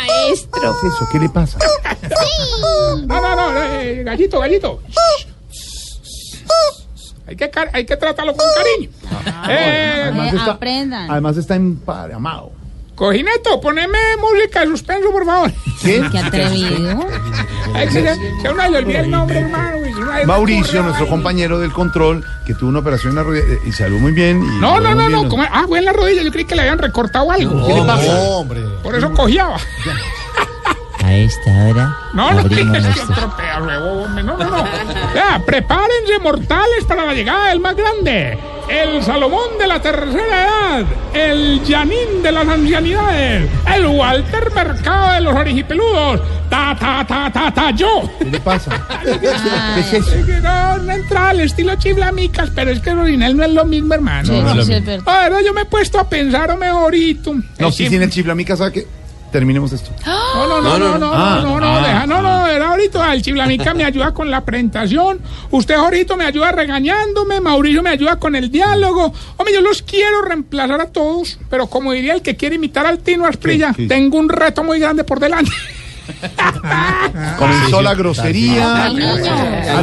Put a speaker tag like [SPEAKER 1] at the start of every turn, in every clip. [SPEAKER 1] otro.
[SPEAKER 2] ¿Qué es eso? ¿Qué le pasa?
[SPEAKER 3] No, no, no, eh, gallito, gallito. Hay que, car- hay que tratarlo con cariño.
[SPEAKER 4] Ah,
[SPEAKER 3] Eh,
[SPEAKER 2] Además está, Ah,
[SPEAKER 5] aprendan.
[SPEAKER 2] Además está emparemado.
[SPEAKER 3] Cojineto, poneme música de suspenso, por favor.
[SPEAKER 2] ¿Qué?
[SPEAKER 5] Qué atrevido.
[SPEAKER 3] Ay, que se, se a uno le olvida el nombre, hermano. y se uno le-
[SPEAKER 2] Mauricio,
[SPEAKER 3] ¿eh?
[SPEAKER 2] nuestro compañero del control, que tuvo una operación en la rodilla eh, y salió muy bien. y
[SPEAKER 3] No,
[SPEAKER 2] lo vemos
[SPEAKER 3] no, no,
[SPEAKER 2] bien,
[SPEAKER 3] no. como- Ah, fue en la rodilla. Yo creí que le habían recortado algo.
[SPEAKER 6] hombre.
[SPEAKER 3] Por eso cojeaba.
[SPEAKER 7] A esta hora
[SPEAKER 3] No, no,
[SPEAKER 7] abrimos
[SPEAKER 3] tienes que
[SPEAKER 7] nuestro...
[SPEAKER 3] atropellar, huevo, hombre. No, no, no. Ya, prepárense, mortales, para la llegada del más grande. El Salomón de la tercera edad. El Yanín de las ancianidades. El Walter Mercado de los origipeludos. Ta, ta, ta, ta, ta, yo.
[SPEAKER 2] ¿Qué le pasa? ¿Qué es eso?
[SPEAKER 3] Es que No, no entra al estilo chiflamicas, pero es que el orinal no es lo mismo, hermano.
[SPEAKER 5] Sí,
[SPEAKER 2] no,
[SPEAKER 5] sí,
[SPEAKER 2] no,
[SPEAKER 5] sí,
[SPEAKER 2] no.
[SPEAKER 5] es verdad.
[SPEAKER 3] Ahora yo me he puesto a pensar, o mejorito.
[SPEAKER 2] No, si tiene el chiflamica, ¿sabe qué? Terminemos esto.
[SPEAKER 3] No, no, no, no, no, no,
[SPEAKER 2] Ah,
[SPEAKER 3] no, no,
[SPEAKER 2] ah,
[SPEAKER 3] deja, no, no, era ahorita el Chiblamica me ayuda con la presentación, usted ahorita me ayuda regañándome, Mauricio me ayuda con el diálogo. Hombre, yo los quiero reemplazar a todos, pero como diría el que quiere imitar al Tino Asprilla,
[SPEAKER 2] Sí, sí.
[SPEAKER 3] tengo un reto muy grande por delante.
[SPEAKER 2] Comenzó la grosería,
[SPEAKER 5] sí, sí, sí.
[SPEAKER 2] a lucirse,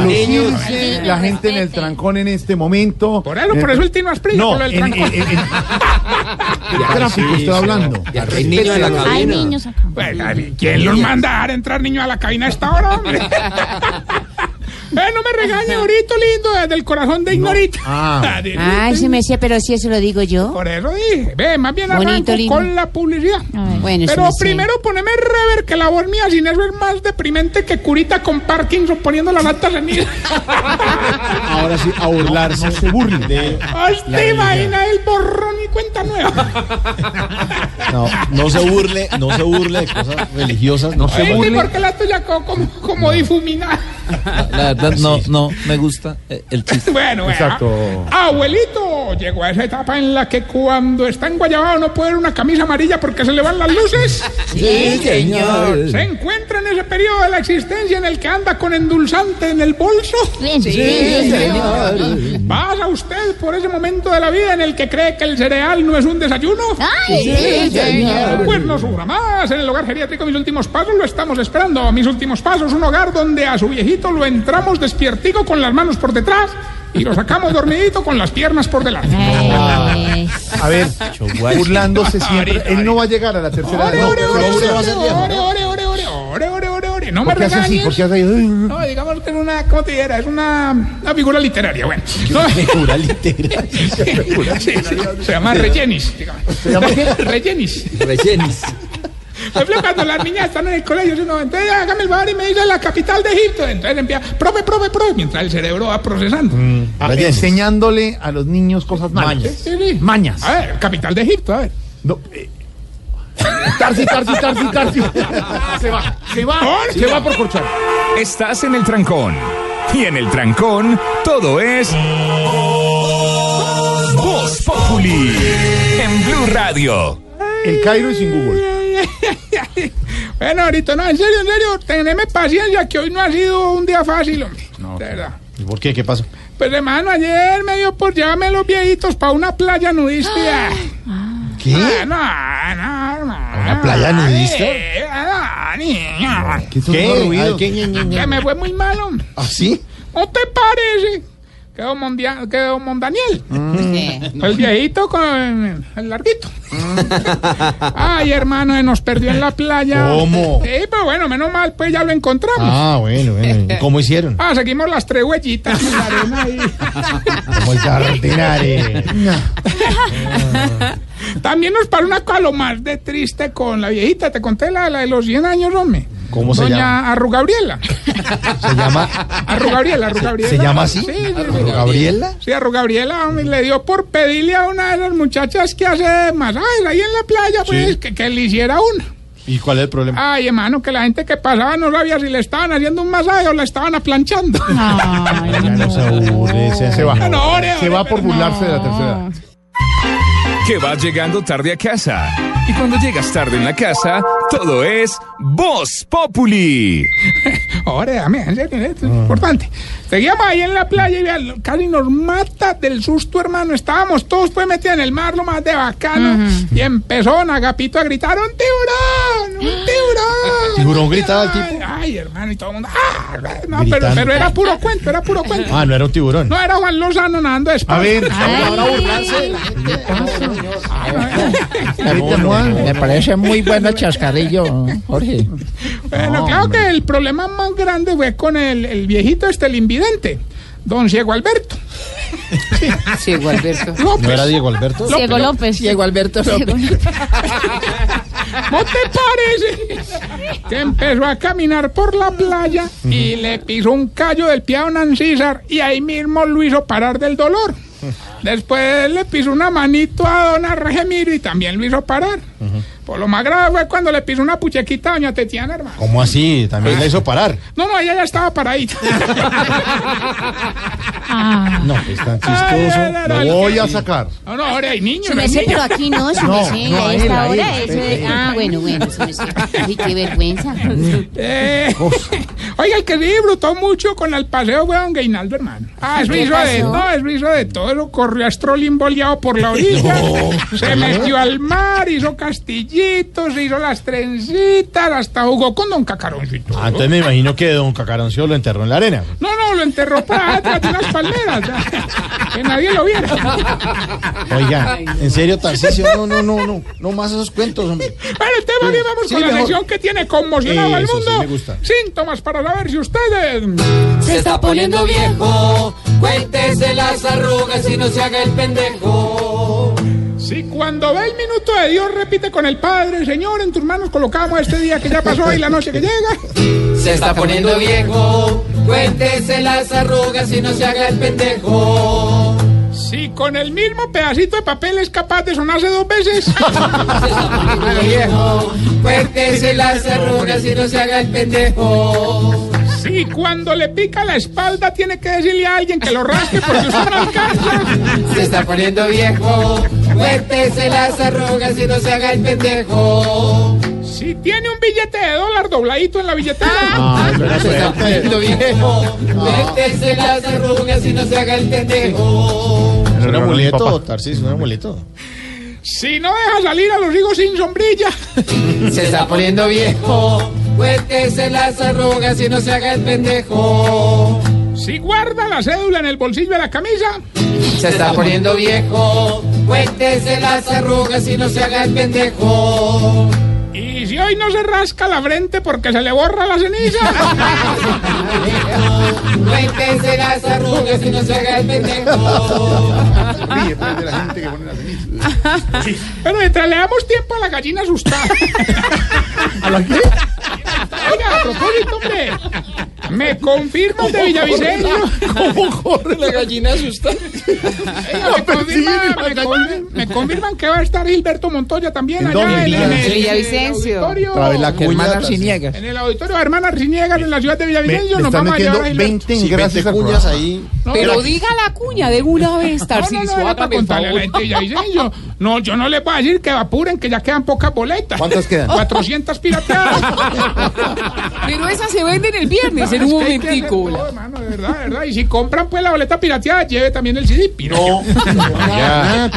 [SPEAKER 5] Niños.
[SPEAKER 2] la gente en el
[SPEAKER 5] Respeten.
[SPEAKER 2] trancón en este momento. Eh,
[SPEAKER 3] Por eso, por eso el Tino Asprilla,
[SPEAKER 2] No,
[SPEAKER 3] por lo del
[SPEAKER 2] en-
[SPEAKER 3] trancón.
[SPEAKER 2] en- en- en- ¿Qué tráfico estoy hablando?
[SPEAKER 6] Hay niños en la
[SPEAKER 5] Hay
[SPEAKER 6] cabina.
[SPEAKER 5] niños acá.
[SPEAKER 3] Pues, ay, ¿Quién los manda a dejar entrar niños a la cabina a esta hora, hombre? Eh, no me regañe, ahorita lindo, desde el corazón de Ignorita.
[SPEAKER 2] Ah.
[SPEAKER 4] Ay, se me decía, pero si eso lo digo yo.
[SPEAKER 3] Por eso dije, ve, más bien
[SPEAKER 4] Bonito,
[SPEAKER 3] arranco
[SPEAKER 4] lindo.
[SPEAKER 3] con la publicidad.
[SPEAKER 4] Bueno, se
[SPEAKER 3] Pero
[SPEAKER 4] me sé.
[SPEAKER 3] primero poneme rever que la voz mía sin eso es más deprimente que curita con Parkinson poniendo la lata senil.
[SPEAKER 6] Ahora sí, a burlarse. No, se burlen.
[SPEAKER 3] ¿Te imaginas este el borrón y cuenta nueva?
[SPEAKER 6] No, no se burle, no se burle de cosas religiosas. No se
[SPEAKER 3] Oye, ¿y
[SPEAKER 6] burle.
[SPEAKER 3] por qué la tuya co- como, como, difuminada?
[SPEAKER 7] La verdad, no, no me gusta eh, el chiste.
[SPEAKER 3] Bueno, bueno.
[SPEAKER 2] Exacto.
[SPEAKER 3] Abuelito, llegó a esa etapa en la que cuando está enguayabado no puede ver una camisa amarilla porque se le van las luces.
[SPEAKER 6] Sí, señor.
[SPEAKER 3] Se encuentra en ese periodo de la existencia en el que anda con endulzante en el bolso.
[SPEAKER 5] Bien, bien, bien.
[SPEAKER 3] ¿Pasa usted por ese momento de la vida en el que cree que el cereal no es un desayuno?
[SPEAKER 5] Ay, sí, señor.
[SPEAKER 3] Pues no sufra más. En el hogar geriátrico Mis Últimos Pasos lo estamos esperando. Mis Últimos Pasos, un hogar donde a su viejito lo entramos despiertico con las manos por detrás y lo sacamos dormidito con las piernas por delante.
[SPEAKER 5] Ay,
[SPEAKER 2] A ver, burlándose siempre. Él no va a llegar a la tercera
[SPEAKER 3] Ore,
[SPEAKER 2] edad.
[SPEAKER 3] ore, ore,
[SPEAKER 6] pero
[SPEAKER 3] ore,
[SPEAKER 6] usted va a ser viejo,
[SPEAKER 3] ore, ore, ore, ore, ore, ore, ore, ore. No me
[SPEAKER 2] ¿Por qué hace así?
[SPEAKER 3] regañes.
[SPEAKER 2] ¿Por qué hace ahí?
[SPEAKER 3] No, digamos que es una, ¿cómo te dijera? Es una, una figura literaria, bueno.
[SPEAKER 6] Figura literal.
[SPEAKER 3] Sí, sí, sí. Se llama Regenis. ¿Se llama qué? Regenis.
[SPEAKER 6] Rellenis.
[SPEAKER 3] Por ejemplo, cuando las niñas están en el colegio, si no, entonces hágame el bar y me dice la capital de Egipto. Entonces empieza, profe, profe, profe, mientras el cerebro va procesando.
[SPEAKER 6] Mm.
[SPEAKER 2] Ah, Enseñándole a los niños cosas mañas.
[SPEAKER 3] Sí, sí.
[SPEAKER 2] Mañas.
[SPEAKER 3] A ver, capital de Egipto, a ver.
[SPEAKER 2] No, eh. Tarsi, Tarsi, Tarsi, Tarsi. Se va, se va,
[SPEAKER 3] Tarsi.
[SPEAKER 2] se va por corchar.
[SPEAKER 8] Estás en el trancón. Y en el trancón, todo es. Voz Populi. En Blue Radio.
[SPEAKER 2] El Cairo y sin Google.
[SPEAKER 3] Bueno, ahorita no, en serio, en serio, teneme paciencia que hoy no ha sido un día fácil, hombre. de verdad.
[SPEAKER 6] ¿Por qué? ¿Qué pasa?
[SPEAKER 3] Pues hermano, ayer me dio por llevarme a los viejitos para una playa nudista.
[SPEAKER 6] ¿Qué?
[SPEAKER 3] Ah, no, no, no.
[SPEAKER 6] una playa nudista?
[SPEAKER 3] Eh, ah, niña.
[SPEAKER 2] ¿Qué? son esos
[SPEAKER 6] Ay,
[SPEAKER 2] ruidos?
[SPEAKER 6] ¿Qué? Ñe, Ñe, Ñe.
[SPEAKER 3] Que me fue muy malo. hombre.
[SPEAKER 6] ¿Ah, sí?
[SPEAKER 3] ¿No te parece? Que don, Mondia- que don Mondaniel.
[SPEAKER 6] Mm.
[SPEAKER 3] El viejito con el larguito. Ay, hermano, se nos perdió en la playa.
[SPEAKER 6] ¿Cómo?
[SPEAKER 3] Sí, pero bueno, menos mal, pues ya lo encontramos. Ah,
[SPEAKER 6] Ah, bueno, bueno. ¿Y ¿Cómo hicieron?
[SPEAKER 3] seguimos las tres huellitas en la arena ahí.
[SPEAKER 6] Como el Cardinale.
[SPEAKER 3] También nos paró una cosa lo más de triste con la viejita. Te conté la, la de los 100 años, hombre.
[SPEAKER 6] ¿Cómo se
[SPEAKER 3] Doña
[SPEAKER 6] llama?
[SPEAKER 3] Arru Gabriela.
[SPEAKER 6] Se llama.
[SPEAKER 3] Arru Gabriela, Arru Gabriela.
[SPEAKER 6] ¿Se llama así?
[SPEAKER 3] Sí, sí, sí.
[SPEAKER 6] ¿Gabriela?
[SPEAKER 3] Sí, a Ru Gabriela hombre, le dio por pedirle a una de las muchachas que hace masajes ahí en la playa, pues, que, que le hiciera una.
[SPEAKER 6] ¿Y cuál es el problema?
[SPEAKER 3] Ay, hermano, que la gente que pasaba no sabía si le estaban haciendo un masaje o la estaban aplanchando.
[SPEAKER 5] ay,
[SPEAKER 6] Ya no se aburre, se,
[SPEAKER 2] Se va.
[SPEAKER 3] No, no, ore, ore,
[SPEAKER 2] Se va por
[SPEAKER 3] pero-
[SPEAKER 2] burlarse de la tercera edad.
[SPEAKER 8] Que vas llegando tarde a casa. Y cuando llegas tarde en la casa, todo es. Voz Populi.
[SPEAKER 3] Ahora, dame, en serio, esto es importante. Seguíamos ahí en la playa y vea, lo- casi nos mata del susto, hermano. Estábamos todos pues metidos en el mar, lo más de bacano. Y empezó un agapito a gritar, ¡un tiburón! ¡Tiburón!
[SPEAKER 6] ¿Tiburón gritaba el tipo?
[SPEAKER 3] Ay, hermano, y todo el mundo. ¡Ah! No, pero,
[SPEAKER 6] Gritando.
[SPEAKER 3] pero era puro cuento, era puro cuento.
[SPEAKER 6] Ah, no era un tiburón.
[SPEAKER 3] No era Juan Lozano nadando después.
[SPEAKER 6] A ver, ahora burlarse. Ahorita, Juan.
[SPEAKER 1] Me parece muy bueno el chascarrillo, Jorge.
[SPEAKER 3] Bueno, claro que el problema más grande fue con el, el viejito este, el invidente, don Diego Alberto. pues,
[SPEAKER 4] Ciego Alberto.
[SPEAKER 6] ¿No era Diego Alberto?
[SPEAKER 5] Diego López.
[SPEAKER 1] Diego Alberto López.
[SPEAKER 3] ¿No te parece? Que empezó a caminar por la playa y le pisó un callo del pie a don Ancísar y ahí mismo lo hizo parar del dolor. Después le pisó una manito a don Argemiro y también lo hizo parar. Por lo más grave fue cuando le pisó una puchequita a doña Tetiana, hermano.
[SPEAKER 6] ¿Cómo así? También la hizo parar.
[SPEAKER 3] No, no, ella ya estaba paradita.
[SPEAKER 5] Ah,
[SPEAKER 6] No, es tan
[SPEAKER 3] Ay,
[SPEAKER 6] chistoso.
[SPEAKER 3] ay, ay, ay,
[SPEAKER 6] Lo voy
[SPEAKER 3] ay.
[SPEAKER 6] a sacar.
[SPEAKER 3] No, no, ahora hay niños.
[SPEAKER 4] Su
[SPEAKER 3] no hay
[SPEAKER 4] merced,
[SPEAKER 3] niños.
[SPEAKER 4] pero aquí no, su
[SPEAKER 6] No,
[SPEAKER 4] merced,
[SPEAKER 6] no,
[SPEAKER 4] a
[SPEAKER 6] a él,
[SPEAKER 4] esta
[SPEAKER 6] a él,
[SPEAKER 4] hora, eso
[SPEAKER 6] a
[SPEAKER 4] es-
[SPEAKER 6] él.
[SPEAKER 4] Ah, bueno, bueno, su merced. Uy, qué vergüenza.
[SPEAKER 3] Eh, Oiga, el que sí disfrutó mucho con el paseo fue don Gainaldo, hermano. Ah, eso
[SPEAKER 4] ¿Qué
[SPEAKER 3] hizo de
[SPEAKER 4] pasó?
[SPEAKER 3] todo, eso hizo de todo. Eso corrió a Strolin boleado por la orilla, se metió al mar, hizo castillitos, hizo las trencitas, hasta jugó con don Cacaroncito.
[SPEAKER 6] Ah, Entonces me imagino que don Cacarancio lo enterró en la arena.
[SPEAKER 3] No, no, lo enterró por allá atrás de unas palmeras, que nadie lo viera.
[SPEAKER 6] Oiga, en serio, Tarcicio, no, no, no, no, no más esos cuentos, hombre.
[SPEAKER 3] Bueno, este más bien vamos
[SPEAKER 6] Sí,
[SPEAKER 3] con la
[SPEAKER 6] mejor.
[SPEAKER 3] sección que tiene conmocionado al
[SPEAKER 6] Eso sí
[SPEAKER 3] mundo.
[SPEAKER 6] me gusta.
[SPEAKER 3] Síntomas para saber si ustedes...
[SPEAKER 9] Se está poniendo viejo, cuéntese las arrugas y no se haga el pendejo.
[SPEAKER 3] Si cuando ve el minuto de Dios repite con el Padre, Señor, en tus manos colocamos este día que ya pasó y la noche que llega.
[SPEAKER 9] Se está poniendo viejo, cuéntese las arrugas y no se haga el pendejo.
[SPEAKER 3] Si con el mismo pedacito de papel es capaz de sonarse dos veces.
[SPEAKER 9] Viejo, cuéntese las arrugas y no se haga el pendejo.
[SPEAKER 3] Si cuando le pica la espalda tiene que decirle a alguien que lo rasque porque usted no alcanza.
[SPEAKER 9] Se está poniendo viejo, cuéntese las arrugas y no se haga el pendejo.
[SPEAKER 3] Si tiene un billete de dólar dobladito en la billetera.
[SPEAKER 6] Ah, pero
[SPEAKER 9] Se está
[SPEAKER 6] suerte.
[SPEAKER 9] poniendo viejo, cuéntese las arrugas y no se haga el pendejo.
[SPEAKER 6] Es un
[SPEAKER 2] Regalo de mi
[SPEAKER 6] amuleto,
[SPEAKER 2] papá.
[SPEAKER 6] Tarcicio, un amuleto.
[SPEAKER 3] Si no deja salir a los hijos sin sombrilla.
[SPEAKER 9] Se está poniendo viejo, cuéntese las arrugas y no se haga el pendejo.
[SPEAKER 3] Si guarda la cédula en el bolsillo de la camisa.
[SPEAKER 9] Se está poniendo viejo, cuéntese las arrugas y no se haga el pendejo.
[SPEAKER 3] Y si hoy no se rasca la frente porque se le borra la ceniza.
[SPEAKER 9] Cuéntese las arrugas y no se haga el pendejo.
[SPEAKER 3] Pero mientras le damos tiempo a la gallina asustada.
[SPEAKER 2] ¿A la qué?
[SPEAKER 3] Oiga, a propósito, hombre. Me confirman de Villavicencio.
[SPEAKER 2] ¿Cómo corre la
[SPEAKER 9] gallina asusta.
[SPEAKER 3] Oiga, me, confirman, me confirman- me confirman que va a estar Gilberto Montoya también
[SPEAKER 6] ¿En
[SPEAKER 3] allá
[SPEAKER 6] dónde?
[SPEAKER 3] en, en el,
[SPEAKER 4] Villavicencio.
[SPEAKER 3] auditorio.
[SPEAKER 6] Otra vez la cuña.
[SPEAKER 1] Hermanas
[SPEAKER 6] Tarcisio.
[SPEAKER 1] Ciniegas.
[SPEAKER 3] En el auditorio de Hermanas Riniegas en la ciudad de
[SPEAKER 2] Me, me
[SPEAKER 3] Villavicencio. Nos
[SPEAKER 2] están
[SPEAKER 3] vamos a
[SPEAKER 2] metiendo
[SPEAKER 3] llevar a Gilberto.
[SPEAKER 2] 20
[SPEAKER 6] Si
[SPEAKER 2] gracias
[SPEAKER 6] vete
[SPEAKER 2] al
[SPEAKER 6] cuñas
[SPEAKER 2] programa.
[SPEAKER 6] ahí.
[SPEAKER 3] No,
[SPEAKER 10] Pero
[SPEAKER 3] no,
[SPEAKER 10] diga la cuña de una vez,
[SPEAKER 3] no,
[SPEAKER 10] Tarcisio.
[SPEAKER 3] no, era para
[SPEAKER 10] hágame el
[SPEAKER 3] contarle a la
[SPEAKER 10] favor.
[SPEAKER 3] gente de Villavicencio. No, yo no les voy a decir que apuren, que ya quedan pocas boletas.
[SPEAKER 6] ¿Cuántas quedan?
[SPEAKER 3] 400 pirateadas.
[SPEAKER 10] Pero esa se vende en el viernes, en un
[SPEAKER 3] Es que hay que hacer
[SPEAKER 10] momentico.
[SPEAKER 3] todo, hermano, de verdad, de verdad. Y si compran pues la boleta pirateada, lleve también el CD. No.
[SPEAKER 6] Ah,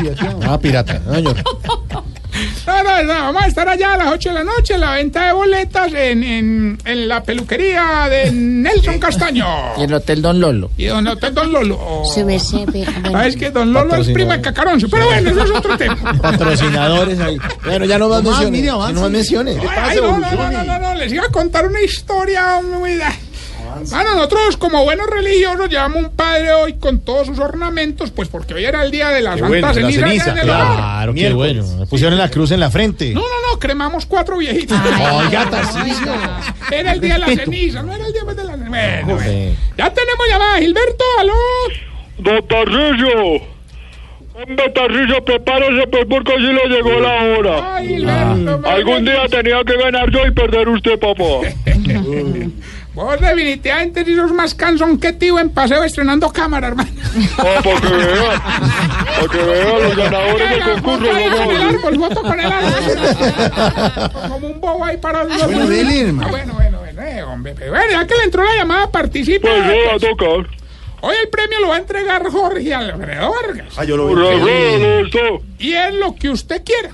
[SPEAKER 6] Ah, pirata. No, señor.
[SPEAKER 3] No, no, no, vamos a estar allá a las 8 de la noche en la venta de boletas en, en, en la peluquería de Nelson Castaño.
[SPEAKER 1] Y el Hotel Don Lolo.
[SPEAKER 3] Y don, don, don Lolo.
[SPEAKER 4] Su merced, pero
[SPEAKER 3] ¿Sabes
[SPEAKER 4] ah, bueno.
[SPEAKER 3] que Don Lolo es prima de Cacaroncio? Pero bueno, eso es otro tema.
[SPEAKER 6] Patrocinadores ahí. Bueno, ya no más
[SPEAKER 2] Nomás,
[SPEAKER 6] menciones.
[SPEAKER 2] mire,
[SPEAKER 6] ya
[SPEAKER 2] avance.
[SPEAKER 6] No más menciones.
[SPEAKER 3] Ay, no, no, no, no, no, no, les iba a contar una historia muy... Bueno, nosotros como buenos religiosos llevamos un padre hoy con todos sus ornamentos, pues porque hoy era el día de la Santa
[SPEAKER 6] bueno,
[SPEAKER 3] Ceniza. allá en el hogar.
[SPEAKER 6] Claro, qué bueno. Me pusieron la cruz en la frente.
[SPEAKER 3] No, no, no, cremamos cuatro viejitos.
[SPEAKER 6] Oiga, Tarcicio.
[SPEAKER 3] Era el día de la ceniza, no era el día de la ceniza. Bueno,
[SPEAKER 6] Sí.
[SPEAKER 3] bueno. Ya tenemos llamada, Gilberto, aló.
[SPEAKER 11] Don Tarrillo. Hombre, Tarrillo, prepárese pues porque si le llegó la hora. Ah.
[SPEAKER 3] Ay, Gilberto. madre.
[SPEAKER 11] Algún día tenía que ganar yo y perder usted, papá.
[SPEAKER 3] Vos definitivamente sí sos más cansón que tío en paseo estrenando cámara, hermano.
[SPEAKER 11] Ah, para que vea. Para que vea los ganadores del
[SPEAKER 3] Venga, foto
[SPEAKER 11] concurso.
[SPEAKER 3] ahí con el
[SPEAKER 11] papá.
[SPEAKER 3] árbol, foto pues, con el árbol. Como un bobo ahí para los
[SPEAKER 2] Bueno, dele, hermano.
[SPEAKER 3] Ah, bueno, bueno, bueno, eh, hombre. pero Bueno, ya que le entró la llamada, participe.
[SPEAKER 11] Pues yo la toca.
[SPEAKER 3] Hoy el premio lo va a entregar Jorge Alfredo Vargas.
[SPEAKER 2] Pues,
[SPEAKER 6] Ah, yo lo
[SPEAKER 11] Por
[SPEAKER 6] vi.
[SPEAKER 11] alrededor, esto.
[SPEAKER 3] y es lo que usted quiera.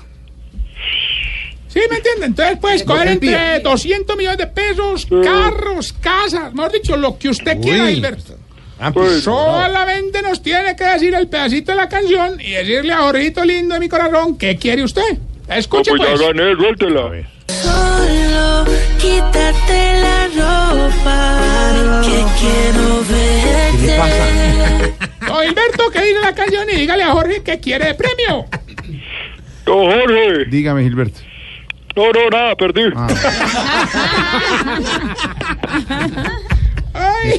[SPEAKER 3] Sí, ¿Sí me entienden? Entonces puedes coger
[SPEAKER 2] el pie.
[SPEAKER 3] entre 200 millones de pesos, carros, casas, mejor dicho, lo que usted quiera, Gilberto.
[SPEAKER 2] pues,
[SPEAKER 3] Solamente nos tiene que decir el pedacito de la canción y decirle a Jorgito lindo de mi corazón qué quiere usted. Escuche
[SPEAKER 11] pues,
[SPEAKER 3] pues.
[SPEAKER 11] ya gané, suéltela.
[SPEAKER 12] Solo quítate la ropa que quiero verte.
[SPEAKER 3] Don Gilberto, que dice la canción y dígale a Jorge que quiere de premio.
[SPEAKER 11] Don Jorge.
[SPEAKER 2] Dígame, Gilberto.
[SPEAKER 11] No, no, nada, perdí.
[SPEAKER 3] Ay.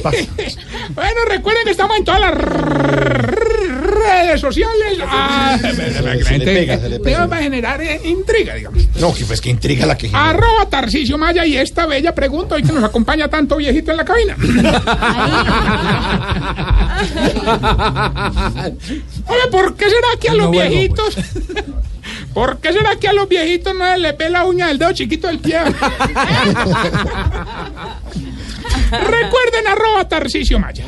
[SPEAKER 3] Bueno, recuerden que estamos en todas las redes sociales. Ah,
[SPEAKER 6] Se le pega, se le
[SPEAKER 3] Pero
[SPEAKER 6] pega.
[SPEAKER 3] va a generar eh, intriga, digamos.
[SPEAKER 6] No, que pues que intriga la que
[SPEAKER 3] Arroba Tarcisio Maya y esta bella pregunta hoy que nos acompaña tanto viejito en la cabina. Oye, ¿por qué será que a los viejitos... ¿Por qué será que a los viejitos no se les ve la uña del dedo chiquito del pie? Recuerden arroba Tarcisio Maya.